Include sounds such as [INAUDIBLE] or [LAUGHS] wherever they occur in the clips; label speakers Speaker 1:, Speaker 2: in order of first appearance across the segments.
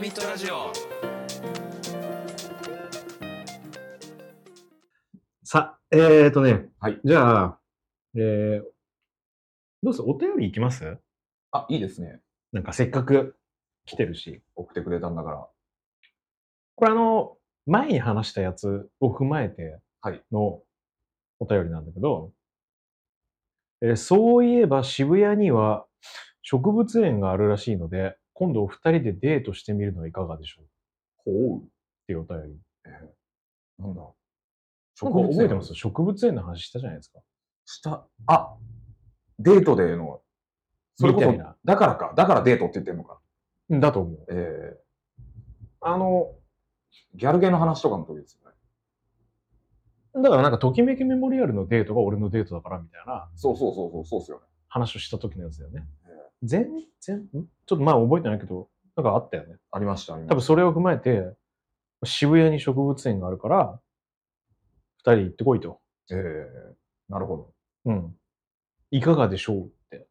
Speaker 1: ミットラジオ
Speaker 2: さ、えーとね、
Speaker 3: はい
Speaker 2: じゃあ、えーどうするお便り行きます
Speaker 3: あ、いいですね。
Speaker 2: なんかせっかく来てるし。
Speaker 3: 送ってくれたんだから。
Speaker 2: これあの、前に話したやつを踏まえて
Speaker 3: はい
Speaker 2: のお便りなんだけど、えーそういえば渋谷には植物園があるらしいので、今度お二人でデートしてみるのはいかがでしょうっ
Speaker 3: ほ
Speaker 2: ていうお便り。
Speaker 3: う。なんだ。
Speaker 2: なんか覚えてますす植物園の話したじゃないですか。
Speaker 3: した。あ、デートでの。それこ
Speaker 2: みたいな
Speaker 3: そ、だからか。だからデートって言ってんのか。
Speaker 2: だと思う。
Speaker 3: えー、
Speaker 2: あの、
Speaker 3: ギャルゲーの話とかの時ですよね。
Speaker 2: だからなんか、ときめきメモリアルのデートが俺のデートだからみたいな
Speaker 3: そうそうそうそう、そうっすよね。
Speaker 2: 話をした時のやつだよね
Speaker 3: え。
Speaker 2: 全然、んちょっとまあ覚えてないけど、なんかあったよね。
Speaker 3: ありました、ありま
Speaker 2: 多
Speaker 3: し
Speaker 2: 分それを踏まえて、渋谷に植物園があるから、二人行ってこいと。
Speaker 3: た。えー、なるほど。
Speaker 2: うん。いかがでしょうって。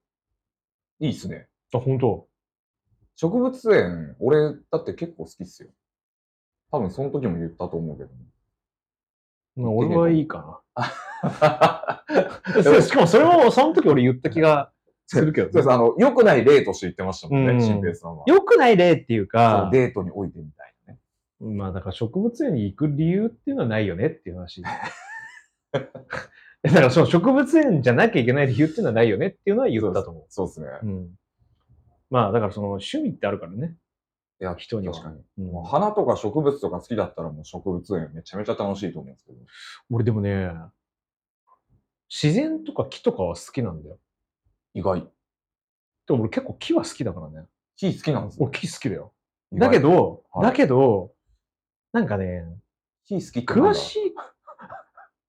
Speaker 3: いいっすね。
Speaker 2: あ、本当
Speaker 3: 植物園、俺、だって結構好きっすよ。多分その時も言ったと思う
Speaker 2: [LAUGHS]
Speaker 3: けど、
Speaker 2: まあ
Speaker 3: 行って
Speaker 2: 俺
Speaker 3: みよう
Speaker 2: はいいかな。
Speaker 3: でも
Speaker 2: そう [LAUGHS] しかもそれも、その時俺言った気がするけ
Speaker 3: そう
Speaker 2: ど、
Speaker 3: です。あの、良くない例として言ってましたもん
Speaker 2: うん
Speaker 3: ね、新平さんは。
Speaker 2: 良くない例っていう
Speaker 3: そ
Speaker 2: か
Speaker 3: う、デートにおいてみたいなね。
Speaker 2: まあだから植物園に行く理由っていうのはないよねっていう [LAUGHS] 話。だからその植物園じゃなきゃいけない理由っていうのはないよねっていうのは言ったと思
Speaker 3: そうですね。
Speaker 2: う。うん、まあだからその趣味ってあるからね。
Speaker 3: いや、
Speaker 2: 人には
Speaker 3: 確かに。
Speaker 2: うん
Speaker 3: もう花とか植物とか好きだったらもう植物園めちゃめちゃ楽しいと思うんですけど。
Speaker 2: 俺でもね、自然とか木とかは好きなんだよ。
Speaker 3: 意外。
Speaker 2: でも俺結構木は好きだからね。
Speaker 3: 木好きなんですよ。
Speaker 2: 俺木好きだよ。
Speaker 3: 意外
Speaker 2: だけ、ど、
Speaker 3: はい
Speaker 2: だけど、なんかね、
Speaker 3: 木好きってなんだ
Speaker 2: 詳しい、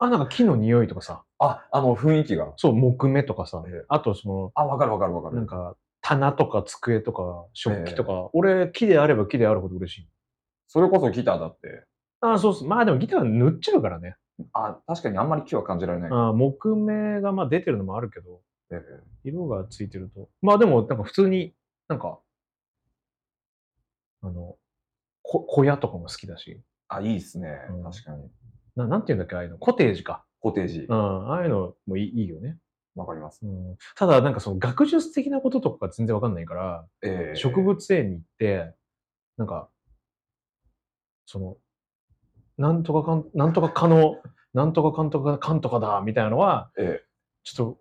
Speaker 2: あ、なんか木の匂いとかさ、
Speaker 3: あ、あの雰囲気が。
Speaker 2: そう、木目とかさ
Speaker 3: ええ、
Speaker 2: あとその、
Speaker 3: あ、わかるわかるわか
Speaker 2: なん
Speaker 3: る。
Speaker 2: か、棚とか机とか食器とか、俺、木であれば木であるほど嬉しい。
Speaker 3: それこそギターだって。
Speaker 2: ああ、そうっす。まあでもギターは塗っちゃうからね。
Speaker 3: あ、確かにあんまり木は感じられない。
Speaker 2: ああ木目がまあ出てるのもあるけど、
Speaker 3: ええ
Speaker 2: 色がついてると。まあでも、なんか普通に、なんか、あの、こ小屋とかも好きだし、
Speaker 3: あ、いいっすね
Speaker 2: うん。
Speaker 3: 確かに。
Speaker 2: ななんていうんだっけ、ああいうの、コテージか。
Speaker 3: コテージ
Speaker 2: う。ん、ああいうのもいいいいよね、
Speaker 3: わかります。
Speaker 2: うん。ただ、なんかその学術的なこととかが全然わかんないから、
Speaker 3: ええ
Speaker 2: 植物園に行って、なんか、その、なんとかかん、なんとかかの、なんとかかんとかかんとかだ、みたいなのは、
Speaker 3: ええ
Speaker 2: ちょっ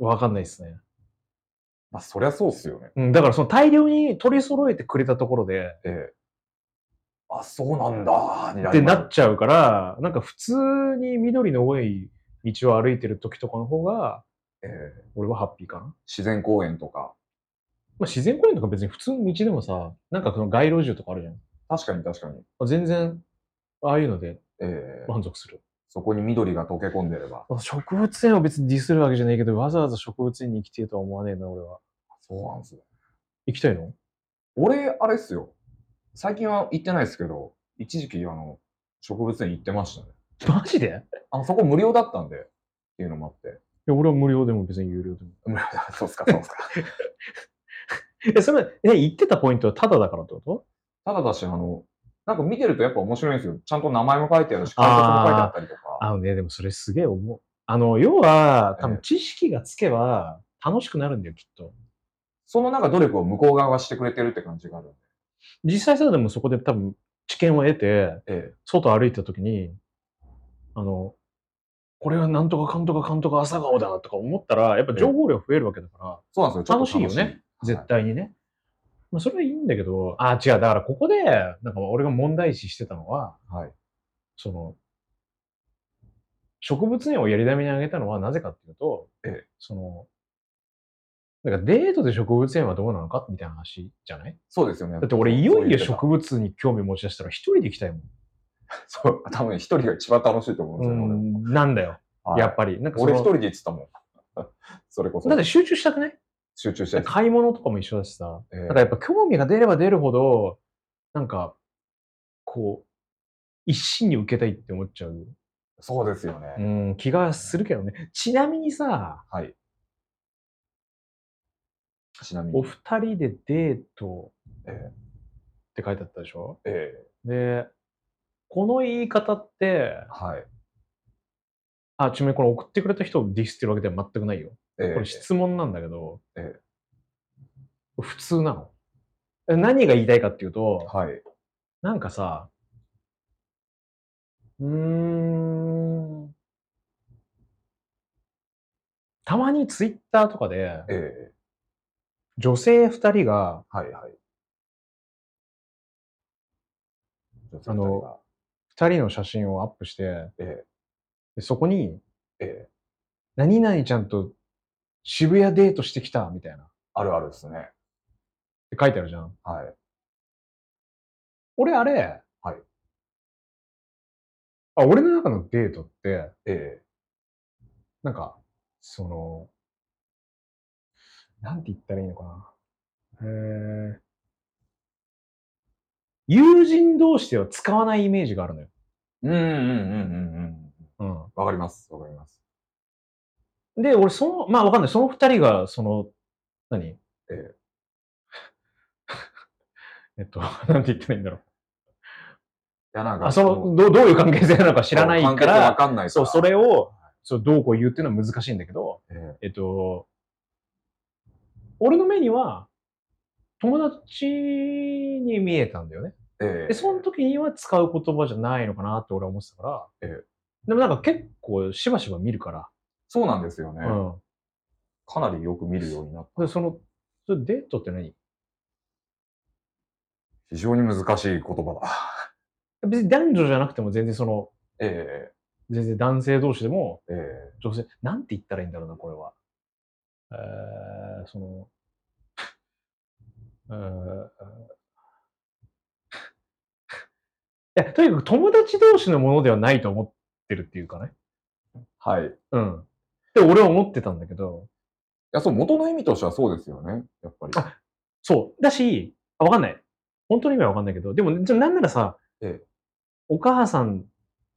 Speaker 2: と、わかんないですね。
Speaker 3: まあ、そりゃそうっすよね。
Speaker 2: うん、だからその大量に取り揃えてくれたところで、
Speaker 3: ええあ、そうなんだ。にな
Speaker 2: って
Speaker 3: りま
Speaker 2: な
Speaker 3: す
Speaker 2: っちゃうから、なんか普通に緑の多い道を歩いてる時とかの方が、
Speaker 3: ええ
Speaker 2: 俺はハッピーかな。
Speaker 3: 自然公園とか。
Speaker 2: まあ自然公園とか別に普通の道でもさ、なんかその街路樹とかあるじゃん
Speaker 3: 確かに確かに。
Speaker 2: あ。全然、ああいうので
Speaker 3: ええ
Speaker 2: 満足する。
Speaker 3: そこに緑が溶け込んでれば。
Speaker 2: 植物園を別にディスるわけじゃないけど、わざわざ植物園に行きてえとは思わねえな、俺は。
Speaker 3: そうなんですよ。
Speaker 2: 行きたいの
Speaker 3: 俺、あれっすよ。最近は行ってないですけど、一時期、あの、植物園行ってましたね。
Speaker 2: マジでい
Speaker 3: あの、そこ無料だったんで、っていうのもあって。
Speaker 2: や、俺は無料でも別に有料でも。
Speaker 3: 無料だそうっすか、そうっすか。
Speaker 2: え、それ、え、行ってたポイントはタダだからってこと
Speaker 3: [LAUGHS] ただだし、あの、なんか見てるとやっぱ面白いんですよ。ちゃんと名前も書いてあるし、解説も書いてあったりとか。
Speaker 2: あのね、でもそれすげえ思う。あの、要は、多
Speaker 3: え
Speaker 2: 分
Speaker 3: え
Speaker 2: 知識がつけば楽しくなるんだよ、きっと。
Speaker 3: そのなんか努力を向こう側がしてくれてるって感じがあるんで。
Speaker 2: 実際さ、でもそこで多分知見を得て、
Speaker 3: え
Speaker 2: 外歩いた時に、あの、これはなんとかかんとかかんとか朝顔だとか思ったら、やっぱ情報量増えるわけだから、
Speaker 3: そうなんですよ。ちょっと
Speaker 2: 楽しいよね。
Speaker 3: は
Speaker 2: 絶
Speaker 3: い
Speaker 2: 対にね。まあ、それはいいんだけど、あ、違う、だからここで、なんか俺が問題視してたのは、
Speaker 3: はい。
Speaker 2: その、植物園をやり玉にあげたのはなぜかっていうと、
Speaker 3: ええ
Speaker 2: その、なんかデートで植物園はどうなのかみたいな話じゃない
Speaker 3: そうですよね。
Speaker 2: だって俺いよいよ
Speaker 3: そう
Speaker 2: 植物に興味持ち出したら一人で行きたいもん。
Speaker 3: 言ってた。そう、多分一人が一番楽しいと思うんですよね、俺も
Speaker 2: うん、なんだよ。
Speaker 3: はい
Speaker 2: やっぱり。なんかそ
Speaker 3: 俺一
Speaker 2: の
Speaker 3: 人で言ってたもん。 [LAUGHS] それこそ
Speaker 2: だっ。て集中したくない
Speaker 3: 集中してやってた。
Speaker 2: 買い物とかも一緒だしさ。
Speaker 3: ええ
Speaker 2: だからやっぱ興味が出れば出るほど、なんか、こう、一心に受けたいって思っちゃう、
Speaker 3: そうですよね。
Speaker 2: うん、気がするけどね。ちなみにさ、
Speaker 3: はい。ちなみに、
Speaker 2: お二人でデート
Speaker 3: え
Speaker 2: って書いてあったでしょ
Speaker 3: え
Speaker 2: で、この言い方って、
Speaker 3: えはい。
Speaker 2: あ、ちなみにこの送ってくれた人をディスってるわけでは全くないよ。
Speaker 3: ええ
Speaker 2: これ質問なんだけど、
Speaker 3: ええ
Speaker 2: 普通なの。え何が言いたいかっていうと、
Speaker 3: はい。
Speaker 2: なんかさ、うーん、たまにツイッターとかで、
Speaker 3: ええ
Speaker 2: 女性二人が、
Speaker 3: はいはい。女性
Speaker 2: あ
Speaker 3: 二
Speaker 2: の
Speaker 3: 人が
Speaker 2: 二人の写真をアップして、
Speaker 3: え
Speaker 2: でそこに、
Speaker 3: えええ
Speaker 2: 何々ちゃんと渋谷デートしてきた、みたいな。っ
Speaker 3: あるあるですね。
Speaker 2: て書いてあるじゃん。
Speaker 3: はい。
Speaker 2: 俺、あれ、
Speaker 3: はい。
Speaker 2: あ、俺の中のデートって、
Speaker 3: え
Speaker 2: なんか、その、なんて言ったらいいのかな。えー、友人同士では使わないイメージがあるのよ。
Speaker 3: えうんうんうんうんうん。
Speaker 2: う
Speaker 3: わかります。わかります。
Speaker 2: ん。で、俺、その、まあわかんない。その二人が、その、何え
Speaker 3: え
Speaker 2: [LAUGHS] えっと、なんて言ってないいんだろう。
Speaker 3: いや、なんか、
Speaker 2: あ、その、どうどういう関係性なのか知らない
Speaker 3: そう
Speaker 2: か
Speaker 3: 関係わ
Speaker 2: ら、
Speaker 3: かんないから。
Speaker 2: そう、それを、そう、どうこう言うっていうのは難しいんだけど、
Speaker 3: ええ
Speaker 2: えっと、俺の目には、友達に見えたんだよね。
Speaker 3: ええ
Speaker 2: で、その時には使う言葉じゃないのかなって俺は思ってたから、
Speaker 3: え
Speaker 2: でもなんか結構しばしば見るから、
Speaker 3: そうなんですよね、
Speaker 2: うん
Speaker 3: かなりよく見るようになった。
Speaker 2: で、その、それデートって何
Speaker 3: 非常に難しい言葉
Speaker 2: [LAUGHS]
Speaker 3: だ。
Speaker 2: 別に男女じゃなくても全然その、
Speaker 3: え
Speaker 2: 全然男性同士でも、
Speaker 3: ええ
Speaker 2: 女性、なんて言ったらいいんだろうな、これは。えー、その、 [LAUGHS] えーえー [LAUGHS] いや、とにかく友達同士のものではないと思ってるっていうかね。
Speaker 3: えはい。い
Speaker 2: うん。って俺は思ってたんだけど、
Speaker 3: や、そう、元の意味としてはそうですよね。やっぱり。
Speaker 2: そう。だし、あわかんない。本当の意味はわかんないけど、でも、じゃあなんならさ、
Speaker 3: ええ
Speaker 2: お母さん、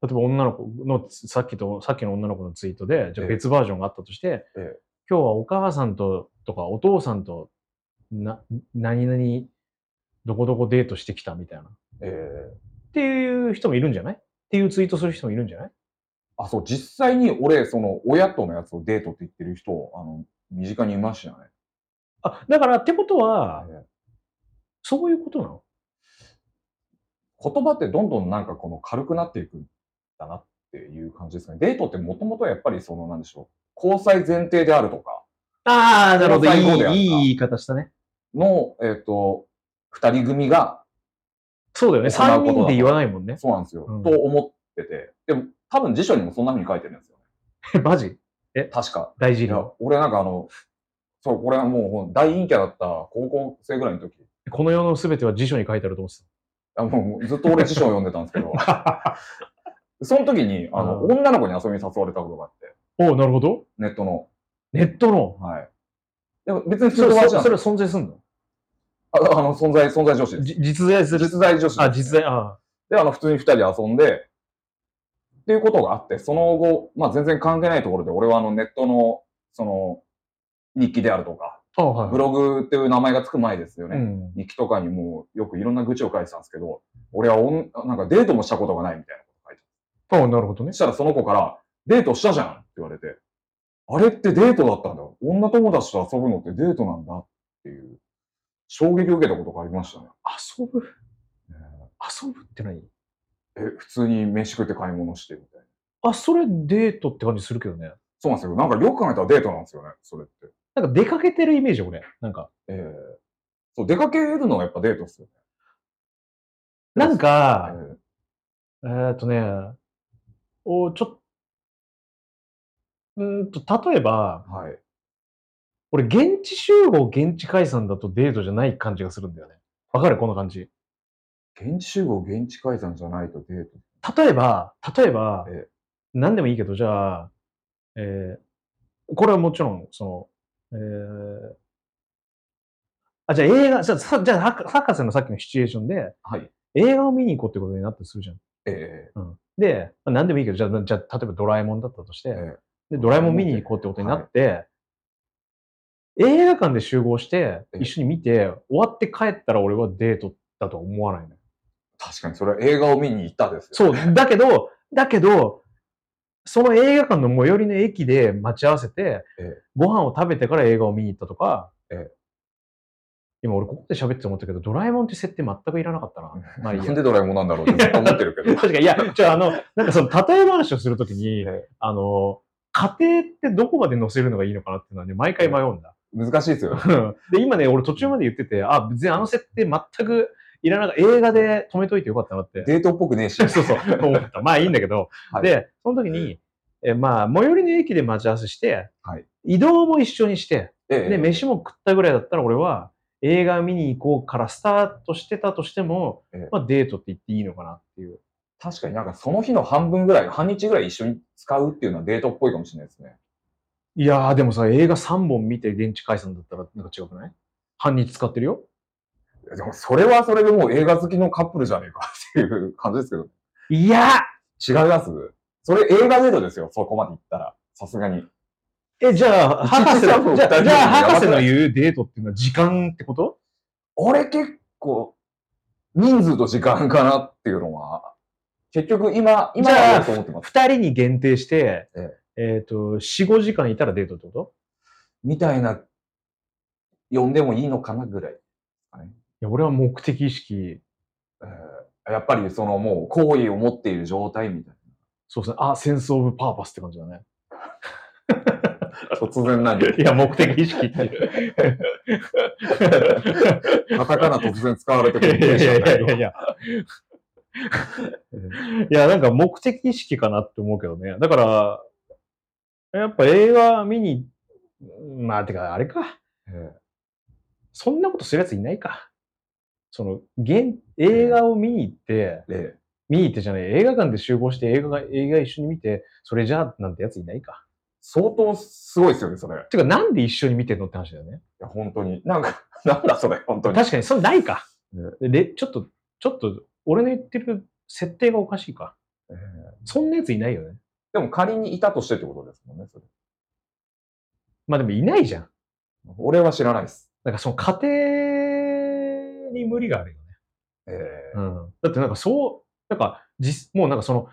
Speaker 2: 例えば女の子の、さっきと、さっきの女の子のツイートで、じゃあ
Speaker 3: ええ
Speaker 2: 別バージョンがあったとして、
Speaker 3: ええ
Speaker 2: 今日はお母さんと、とかお父さんと、な、何々、どこどこデートしてきたみたいな。っ
Speaker 3: ええ
Speaker 2: ていう人もいるんじゃないっていうツイートする人もいるんじゃない
Speaker 3: あ、そう、実際に俺、その、親とのやつをデートって言ってる人、あの、身近にいましたね。
Speaker 2: あ、だからってことは、
Speaker 3: ええ
Speaker 2: そういうことなの
Speaker 3: 言葉ってどんどんなんかこの軽くなっていくんだなっていう感じですかね。デートってもともとはやっぱりその、なんでしょう、交際前提であるとか
Speaker 2: ああ、なるほど。
Speaker 3: 最後であった
Speaker 2: いい、いい言い方したね。
Speaker 3: の、えっ、と、二人組が、
Speaker 2: そうだよね。
Speaker 3: 行う
Speaker 2: 3
Speaker 3: ことだ
Speaker 2: 人で言わないもんね。 [LAUGHS]
Speaker 3: そうなんですよ、
Speaker 2: うん
Speaker 3: と思ってて、でも多分辞書にもそんな風に書いてるんですよね。
Speaker 2: マジ
Speaker 3: 確か。
Speaker 2: 大事
Speaker 3: い
Speaker 2: に
Speaker 3: や、俺なんかあの、そう、これはもうほん大陰キャだった高校生ぐらいの時、
Speaker 2: この世の全ては辞書に書いてあると思って
Speaker 3: あもうずっと俺辞書を読んでたんですけ
Speaker 2: [LAUGHS]
Speaker 3: ど、
Speaker 2: た。
Speaker 3: その時に、あの、
Speaker 2: うん
Speaker 3: 女の子に遊びに誘われたことがあって、
Speaker 2: おうなるほど。
Speaker 3: ネットの。
Speaker 2: ネットの。
Speaker 3: はい。でも別に
Speaker 2: そ
Speaker 3: 友
Speaker 2: れ
Speaker 3: 達
Speaker 2: そ
Speaker 3: なんで
Speaker 2: そ
Speaker 3: す
Speaker 2: れは存在すんの
Speaker 3: ああの、存在、存在女子です。
Speaker 2: じ実在する。
Speaker 3: 実在女子。
Speaker 2: あ、実在、あ
Speaker 3: で、あの、普通に二人で遊んで、っていうことがあって、その後、まあ全然関係ないところで、俺はあの、ネットの、その、日記であるとか、
Speaker 2: あ。ああはい。
Speaker 3: ブログっていう名前がつく前ですよね。
Speaker 2: うん。
Speaker 3: 日記とかにもうよくいろんな愚痴を書いてたんですけど、俺はおんなんかデートもしたことがないみたいなこと書いて
Speaker 2: ああ、なるほど
Speaker 3: た。
Speaker 2: ね
Speaker 3: そ。したらその子から、デートしたじゃんって言われて、あれってデートだったんだ。女友達と遊ぶのってデートなんだっていう、衝撃を受けたことがありましたね。
Speaker 2: 遊ぶ遊ぶって何
Speaker 3: え、普通に飯食って買い物してみたいな。
Speaker 2: あ、それデートって感じするけどね。
Speaker 3: そうなんですよ。なんかよく考えたらデートなんですよね、それって。
Speaker 2: なんか出かけてるイメージ、俺。なんか。
Speaker 3: えーそう、出かけるのはやっぱデートですよね。
Speaker 2: なん
Speaker 3: え
Speaker 2: か、
Speaker 3: ー
Speaker 2: えーっとね、おちょっうーんと、例えば、
Speaker 3: はい。
Speaker 2: 俺、現地集合、現地解散だとデートじゃない感じがするんだよね。わかるこの感じ。
Speaker 3: 現地集合、現地解散じゃないとデート。
Speaker 2: 例えば、例えば
Speaker 3: ええ、
Speaker 2: 何でもいいけど、じゃあ、えーこれはもちろん、その、えーあ、じゃあ映画、じゃあ、さじゃあ博博士のさっきのシチュエーションで、
Speaker 3: はい。
Speaker 2: 映画を見に行こうってことになったとするじゃん。
Speaker 3: え
Speaker 2: で、まあ何でもいいけど、じゃあ、じゃあ例えばドラえもんだったとして、
Speaker 3: ええ
Speaker 2: で、ドラえもん見に行こうってことになって、映画館で集合して、
Speaker 3: ええ
Speaker 2: 一緒に見て、終わって帰ったら俺はデートだとは思わないのよ。
Speaker 3: 確かにそれは映画を見に行ったですよ。
Speaker 2: そう、だけど、だけど、その映画館の最寄りの駅で待ち合わせて、
Speaker 3: ええ
Speaker 2: ご飯を食べてから映画を見に行ったとか、
Speaker 3: え
Speaker 2: 今俺ここで喋って思ったけど、ドラえもんって設定全くいらなかったな。まあいい
Speaker 3: な
Speaker 2: や
Speaker 3: ん。でドラえもんなんだろうってずっと思ってるけど。
Speaker 2: 確かに、いや、じゃあ、あの、なんかその、例え話をするときに、
Speaker 3: え
Speaker 2: あの、家庭ってどこまで載せるのがいいのかなっていうのはね、毎回迷うんだ。 [LAUGHS]
Speaker 3: 難しいですよね。
Speaker 2: で、今ね、俺途中まで言ってて、あ、別にあの設定全くいらなかった。映画で止めといてよかったなって。
Speaker 3: デートっぽくねえし。
Speaker 2: [LAUGHS] そうそう、思った。まあいいんだけど。
Speaker 3: はい
Speaker 2: で、その時に、えまあ、最寄りの駅で待ち合わせして、
Speaker 3: はい
Speaker 2: 移動も一緒にして、
Speaker 3: ええ
Speaker 2: で、飯も食ったぐらいだったら俺は、映画見に行こうからスタートしてたとしても、
Speaker 3: ええ
Speaker 2: まあデートって言っていいのかなっていう。
Speaker 3: 確かになんかその日の半分ぐらい、半日ぐらい一緒に使うっていうのはデートっぽいかもしれないですね。
Speaker 2: いやー、でもさ、映画3本見て電池解散だったらなんか違くない半日使ってるよ。
Speaker 3: でもそれはそれでもう映画好きのカップルじゃねえかっていう感じですけど。
Speaker 2: いや
Speaker 3: 違いますそれ映画デートですよ、そこまで行ったら。さすがに。
Speaker 2: え、じゃあ、博士
Speaker 3: 一日三
Speaker 2: の、
Speaker 3: 本
Speaker 2: じゃ
Speaker 3: 二
Speaker 2: あ、
Speaker 3: 人
Speaker 2: じゃあ
Speaker 3: やばくない
Speaker 2: 博士の言うデートっていうのは時間ってこと
Speaker 3: 俺結構、人数と時間かなっていうのは、結局今、今
Speaker 2: じゃあ
Speaker 3: はやると思ってます。
Speaker 2: 二人に限定して、
Speaker 3: え
Speaker 2: えっ、と、四五時間いたらデートってこと
Speaker 3: みたいな、呼んでもいいのかなぐらい。
Speaker 2: いや、俺は目的意識、
Speaker 3: えーやっぱりそのもう好意を持っている状態みたい
Speaker 2: そうですね。あ、センスオブパーパスって感じだね。
Speaker 3: な。突然何
Speaker 2: [LAUGHS] いや、目的意識っていう。
Speaker 3: カタカナ突然使われて
Speaker 2: い
Speaker 3: く
Speaker 2: や
Speaker 3: る
Speaker 2: いやいやいやいや。いや、なんか目的意識かなって思うけどね。だから、やっぱ映画見に、まあ、てか、あれか。
Speaker 3: えー
Speaker 2: そんなことするやついないか。その、現映画を見に行って、
Speaker 3: え
Speaker 2: 見に行ってじゃない、映画館で集合して映画が、映画一緒に見て、それじゃあなんてやついないか。
Speaker 3: 相当すごいですよね、それ。い
Speaker 2: てか、なんで一緒に見てんのって話だよね。
Speaker 3: や、本当に。なんか、 [LAUGHS] なんだそれ、本当に。
Speaker 2: 確かに、それないか。
Speaker 3: ね
Speaker 2: で、ちょっと、ちょっと、俺の言ってる設定がおかしいか。
Speaker 3: えー
Speaker 2: そんなやついないよね。
Speaker 3: でも仮にいたとしてってことですもんね、それ。
Speaker 2: まあでもいないじゃん。
Speaker 3: 俺は知らないです。
Speaker 2: なんかその家庭に無理があるよね。
Speaker 3: え
Speaker 2: うん。だってなんかそう、なんか実、もうなんかその、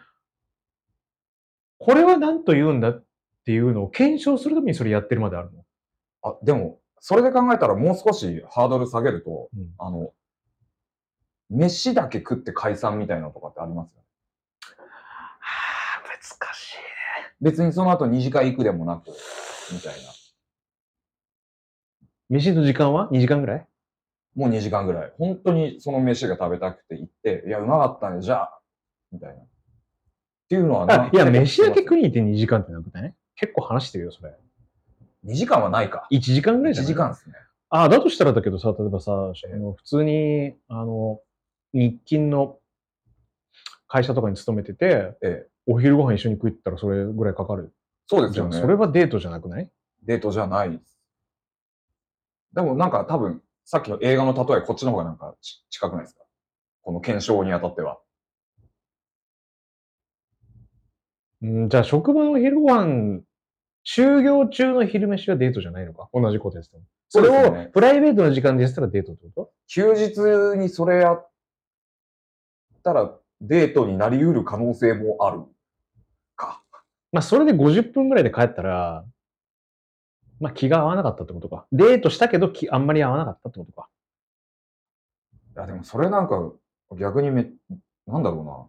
Speaker 2: これは何と言うんだっていうのを検証するためにそれやってるまであるの。
Speaker 3: ーあ、でも、それで考えたらもう少しハードル下げると、
Speaker 2: うん
Speaker 3: あの、飯だけ食って解散みたいなのとかってありますよね。
Speaker 2: ああ、難しい。
Speaker 3: 別にその後二次会行くでもなく、みたいな。
Speaker 2: 飯の時間は ?2 時間ぐらい
Speaker 3: もう2時間ぐらい。本当にその飯が食べたくて行って、いや、うまかったね、じゃあ、みたいな。っていうのは
Speaker 2: あ
Speaker 3: な、
Speaker 2: いや、飯だけ食いに行って2時間ってなくない結構話してるよ、それ。
Speaker 3: 2時間はないか。
Speaker 2: 1時間ぐら
Speaker 3: 1
Speaker 2: いじゃない
Speaker 3: 時間ですね。
Speaker 2: あ、だとしたらだけどさ、例えばさ、あの普通に、あの、日勤の会社とかに勤めてて、
Speaker 3: ええ
Speaker 2: お昼ご飯一緒に食いったらそれぐらいかかる。
Speaker 3: そうです
Speaker 2: じゃ
Speaker 3: よ
Speaker 2: あ、
Speaker 3: ね。
Speaker 2: それはデートじゃなくない
Speaker 3: デートじゃないです。でもなんか多分、さっきの映画の例え、こっちの方がなんかち近くないですかこの検証にあたっては。
Speaker 2: うん、じゃあ、職場のお昼ご飯、就業中の昼飯はデートじゃないのか同じことやってても。それ
Speaker 3: そうです
Speaker 2: を
Speaker 3: よね
Speaker 2: プライベートの時間でやってたらデートってこ
Speaker 3: 休日にそれやったらデートになり得る可能性もある。
Speaker 2: とまあ、それで50分ぐらいで帰ったら、まあ、気が合わなかったってことか。デートしたけど気、あんまり合わなかったってことか。
Speaker 3: いやでもそれなんか逆にめ、なんだろうな。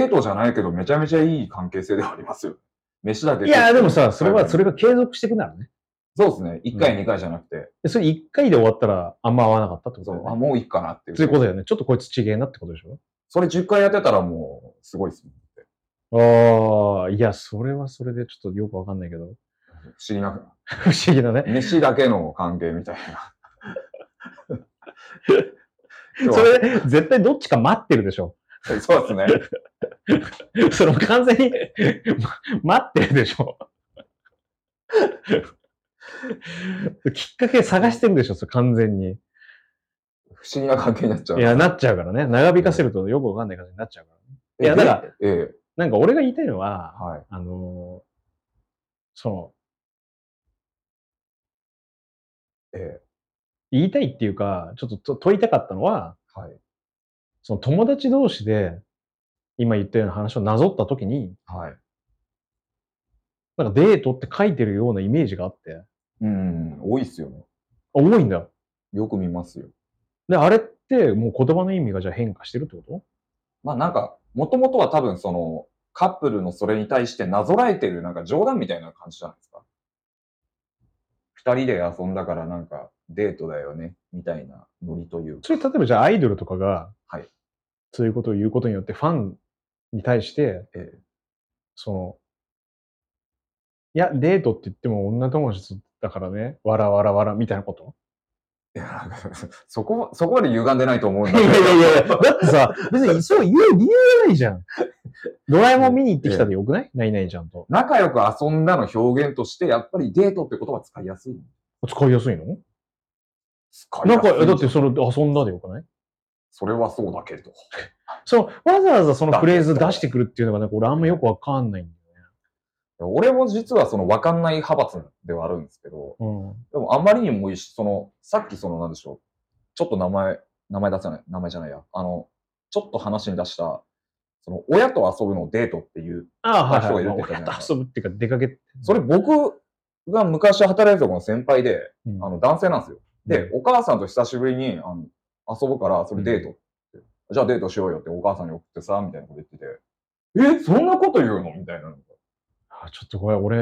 Speaker 3: デートじゃないけどめちゃめちゃいい関係性ではありますよ。飯だけ食っ
Speaker 2: い
Speaker 3: て。
Speaker 2: や、でもさ、それは、
Speaker 3: 最
Speaker 2: そ
Speaker 3: 後に
Speaker 2: れが継続していくならね。
Speaker 3: そうですね。1
Speaker 2: う
Speaker 3: 回、
Speaker 2: ん
Speaker 3: 2回じゃなくて、
Speaker 2: でそれ1回で終わったら、あんま合わなかったってこ
Speaker 3: そ
Speaker 2: とだ
Speaker 3: う、あ、
Speaker 2: よね。
Speaker 3: もういいかなっていう。
Speaker 2: そういうことだよね。ちょっとこいつちげえなってことでしょ
Speaker 3: それ10回やってたらもう、すごいですね。
Speaker 2: ああ、いや、それはそれでちょっとよくわかんないけど。 [LAUGHS]
Speaker 3: 不思議な。
Speaker 2: 不思議だね。
Speaker 3: 飯だけの関係みたい
Speaker 2: [LAUGHS]
Speaker 3: な。今日
Speaker 2: それ、絶対どっちか待ってるでしょ。 [LAUGHS]
Speaker 3: はそうですね。
Speaker 2: その完全にま、待ってるでしょ。 [LAUGHS] きっかけ探してるでしょ、それ完全に。
Speaker 3: 不思議な関係になっちゃう。
Speaker 2: いや、なっちゃうからね。長引かせるとよくわかんない感じになっちゃうからね。
Speaker 3: え
Speaker 2: いやだから。
Speaker 3: ええ
Speaker 2: なんか俺が言いたいのは、
Speaker 3: はい。
Speaker 2: あのーその、
Speaker 3: ええ
Speaker 2: 言いたいっていうか、ちょっとと問いたかったのは、
Speaker 3: はい。
Speaker 2: その友達同士で、今言ったような話をなぞった時に、
Speaker 3: はい。
Speaker 2: なんかデートって書いてるようなイメージがあって、
Speaker 3: うん、多いっすよね。
Speaker 2: 多いんだ。
Speaker 3: よく見ますよ。
Speaker 2: で、あれってもう言葉の意味がじゃあ変化してるってこ
Speaker 3: まあなんか、もともとは多分その、カップルのそれに対してなぞらえてるなんか冗談みたいな感じじゃないですか。二人で遊んだからなんかデートだよね、みたいなノリという
Speaker 2: と
Speaker 3: か。
Speaker 2: それ例えばじゃあアイドルとかが、
Speaker 3: はい
Speaker 2: そういうことを言うことによってファンに対して、
Speaker 3: ええ
Speaker 2: その、いや、デートって言っても女友達だからね、わらわらわらみたいなこと
Speaker 3: いやなんかそこは、そこまで歪んでないと思うん
Speaker 2: い
Speaker 3: だ
Speaker 2: や
Speaker 3: け
Speaker 2: い
Speaker 3: ど。
Speaker 2: やいやいや、だってさ、別にそう言う理由がないじゃん。ドラえもん見に行ってきたでよくないないないちゃんと。
Speaker 3: 仲良く遊んだの表現として、やっぱりデートって言葉使いやすい。
Speaker 2: 使いやすいの
Speaker 3: 使い
Speaker 2: な
Speaker 3: や
Speaker 2: ん
Speaker 3: すい。
Speaker 2: か、だってそれ遊んだでよくない
Speaker 3: それはそうだけど。
Speaker 2: その、わざわざそのフレーズ出してくるっていうのがなんか俺あんまよくわかんないんだ
Speaker 3: 俺も実はその分かんない派閥ではあるんですけど、
Speaker 2: よね。
Speaker 3: でもあまりにもいいし、その、さっきその、なんでしょう。ちょっと名前、名前出せない、名前じゃないや。あの、ちょっと話に出した、その、親と遊ぶのをデートっていう、
Speaker 2: ああ、はいはい。
Speaker 3: 人がいるって
Speaker 2: 親
Speaker 3: ことね
Speaker 2: と遊ぶっていうか出かけ、
Speaker 3: それ僕が昔働いてたこの先輩で、
Speaker 2: うん
Speaker 3: あの、男性なんですよ。で、お
Speaker 2: う
Speaker 3: 母さんと久しぶりに、あの、遊ぶから、それデートって、じゃあデートしようよってお母さんに送ってさ、みたいなこと言ってて、え、そんなこと言うのみたいな。
Speaker 2: あちょっとこれ、俺、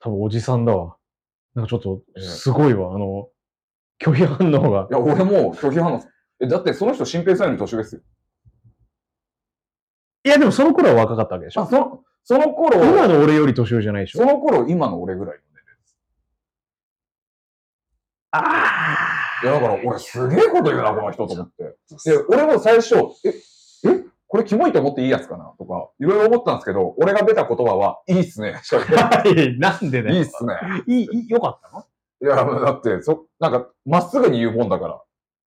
Speaker 2: 多分おじさんだわ。なんかちょっと、すごいわ、あの、拒否反応が
Speaker 3: い。や、俺も拒否反応すえ、だってその人、新平さんより年上ですよ。
Speaker 2: いや、でもその頃は若かったわけでし
Speaker 3: あ
Speaker 2: ょ。
Speaker 3: その、その頃、
Speaker 2: 今の俺より年上じゃないでし
Speaker 3: そ
Speaker 2: ょ。
Speaker 3: の頃、今の俺ぐらいの年齢です。
Speaker 2: あ
Speaker 3: いや、だから俺すげえこと言うな、この人と思って。で、俺も最初、え、えこれキモいと思っていいやつかなとか、いろいろ思ったんですけど、俺が出た言葉は、いいっすね。しか言ってない
Speaker 2: あ [LAUGHS] なんで
Speaker 3: いい
Speaker 2: ね
Speaker 3: っ。すね。
Speaker 2: いい、いい、よかったの
Speaker 3: いや、だって、そ、なんか、まっすぐに言うもんだから、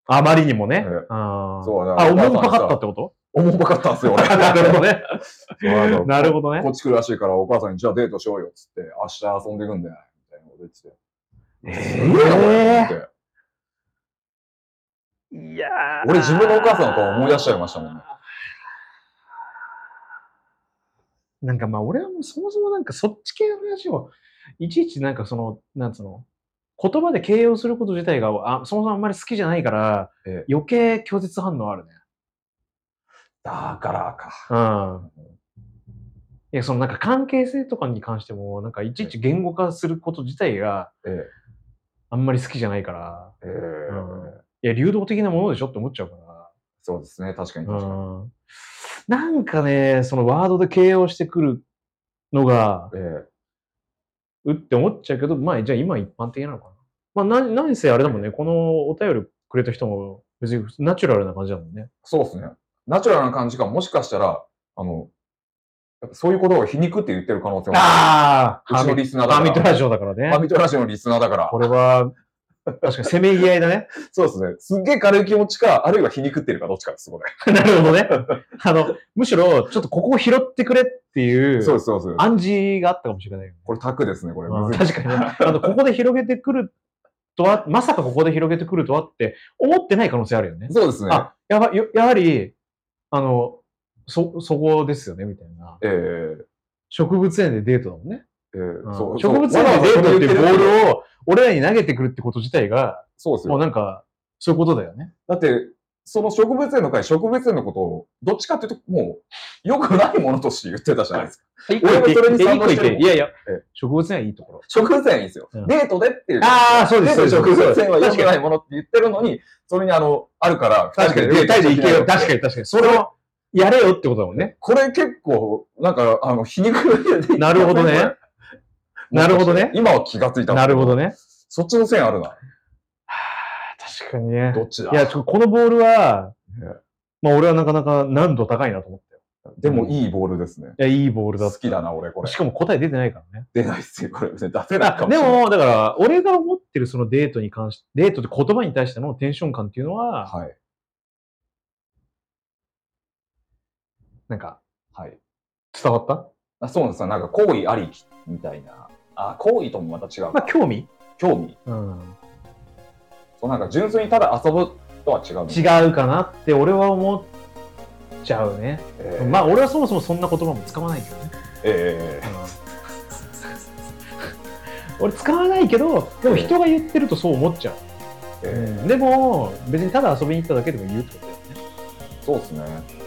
Speaker 2: あまりにもね
Speaker 3: ええ。
Speaker 2: あー
Speaker 3: そうだ
Speaker 2: あ、
Speaker 3: から
Speaker 2: 重くかかったってこと
Speaker 3: 重ばかったんですよ、俺。
Speaker 2: [LAUGHS] なるほどね。
Speaker 3: そう
Speaker 2: [LAUGHS] なるほどね
Speaker 3: こ。っち来るらしいから、お母さんに、じゃあデートしようよ、っつって、明日遊んでいくんだよ、みたいなこと言ってて。
Speaker 2: え
Speaker 3: すげえなこれと思って
Speaker 2: いやー
Speaker 3: 俺自分のお母さんの顔思い出しちゃいましたもんね。
Speaker 2: なんかまあ俺はもうそもそもなんかそっち系の話をいちいちなんかそのなんつうの言葉で形容すること自体があそもそもあんまり好きじゃないから、
Speaker 3: ええ
Speaker 2: 余計拒絶反応あるね。
Speaker 3: だからか。
Speaker 2: うん。いやそのなんか関係性とかに関してもなんかいちいち言語化すること自体が
Speaker 3: ええ
Speaker 2: あんまり好きじゃないから
Speaker 3: ええ
Speaker 2: うんいや流動的なものでしょって思っちゃうから。
Speaker 3: そうですね、確かに確かに。
Speaker 2: うんなんかね、そのワードで形容してくるのが、
Speaker 3: ええ
Speaker 2: うって思っちゃうけど、まあ、じゃあ今は一般的なのかな。まあ、な何せあれだもんね、このお便りくれた人も別にナチュラルな感じだもんね。
Speaker 3: そうですね。ナチュラルな感じがもしかしたら、あの、やっぱそういうことを皮肉って言ってる可能性もある。う
Speaker 2: あ
Speaker 3: ちの
Speaker 2: ハ
Speaker 3: リスナーだか
Speaker 2: ミ
Speaker 3: ら。
Speaker 2: トラジオだからね
Speaker 3: ハ。ミトラジオのリスナーだから
Speaker 2: こ。れは、確かにせめぎ合いだね。 [LAUGHS]
Speaker 3: そうですね。すっげえ軽い気持ちか、あるいは皮肉ってるかどっちかです、これ。
Speaker 2: なるほどね。あの、むしろ、ちょっとここを拾ってくれっていう
Speaker 3: そうです、そうです。
Speaker 2: 暗示があったかもしれないよね。
Speaker 3: これタクですね、これ。
Speaker 2: うん
Speaker 3: むずい
Speaker 2: 確かにね。あの、ここで広げてくるとは、まさかここで広げてくるとはって思ってない可能性あるよね。
Speaker 3: そうですね。
Speaker 2: あ、やば、よやはり、あの、そ、そこですよね、みたいな。
Speaker 3: ええ
Speaker 2: 植物園でデートだもんね。
Speaker 3: ええ
Speaker 2: うん
Speaker 3: そう
Speaker 2: 植物園でデートっていうボールを、俺らに投げてくるってこと自体が、
Speaker 3: そうです
Speaker 2: もう
Speaker 3: よ。
Speaker 2: なんか、そういうことだよね。
Speaker 3: だって、その植物園の会、植物園のことを、どっちかっていうと、もう、良くないものとして言ってたじゃないですか。俺もそれに賛同してるもん
Speaker 2: いやいや
Speaker 3: ええ、
Speaker 2: 植物園はいいところ。
Speaker 3: 植物園いいですよ。
Speaker 2: うん
Speaker 3: デートでっていう。
Speaker 2: ああ、そうです、そう
Speaker 3: 全
Speaker 2: です。
Speaker 3: 部植物園は良
Speaker 2: 確
Speaker 3: く
Speaker 2: か
Speaker 3: ない
Speaker 2: に。
Speaker 3: ものって言ってるのに、それにあの、あるから、
Speaker 2: 確かに、デートで行けよ。確か
Speaker 3: に。
Speaker 2: に、確かに。それを、やれよってことだもんね。
Speaker 3: これ結構、なんか、あの、皮肉で。
Speaker 2: なるほどね。なるほどね
Speaker 3: 今は気がついた。
Speaker 2: なるほど。ね。
Speaker 3: そっちの線あるな。
Speaker 2: 確かにね。
Speaker 3: どっちだ
Speaker 2: いや、ちょこのボールは
Speaker 3: ね、
Speaker 2: まあ俺はなかなか難度高いなと思ったよ。
Speaker 3: でもいいボールですね。
Speaker 2: いや、いいボールだ
Speaker 3: 好
Speaker 2: った
Speaker 3: きだな、俺、これ
Speaker 2: し。かも答え出てないからね。
Speaker 3: 出ないっすよ、これ。別に出せないかも
Speaker 2: あ
Speaker 3: し
Speaker 2: で
Speaker 3: れない。
Speaker 2: も、だから、俺が思ってるそのデートに関して、デートって言葉に対してのテンション感っていうのは、
Speaker 3: はい。
Speaker 2: なんか、
Speaker 3: はい。
Speaker 2: 伝わった
Speaker 3: あそうなんですよ。なんか、好意ありきみたいな。あ、好意ともまた違う
Speaker 2: まあ、。興味
Speaker 3: 興味。
Speaker 2: うん。
Speaker 3: そう、なんか、純粋にただ遊ぶとは違うの。
Speaker 2: 違うかなって俺は思っちゃうね。
Speaker 3: えー
Speaker 2: まあ、俺はそもそもそんな言葉も使わないけどね。
Speaker 3: え
Speaker 2: うん [LAUGHS] 俺使わないけど、でも人が言ってるとそう思っちゃう。
Speaker 3: ーえーえ
Speaker 2: でも、別にただ遊びに行っただけでも言うってことだよね。
Speaker 3: ーそうですね。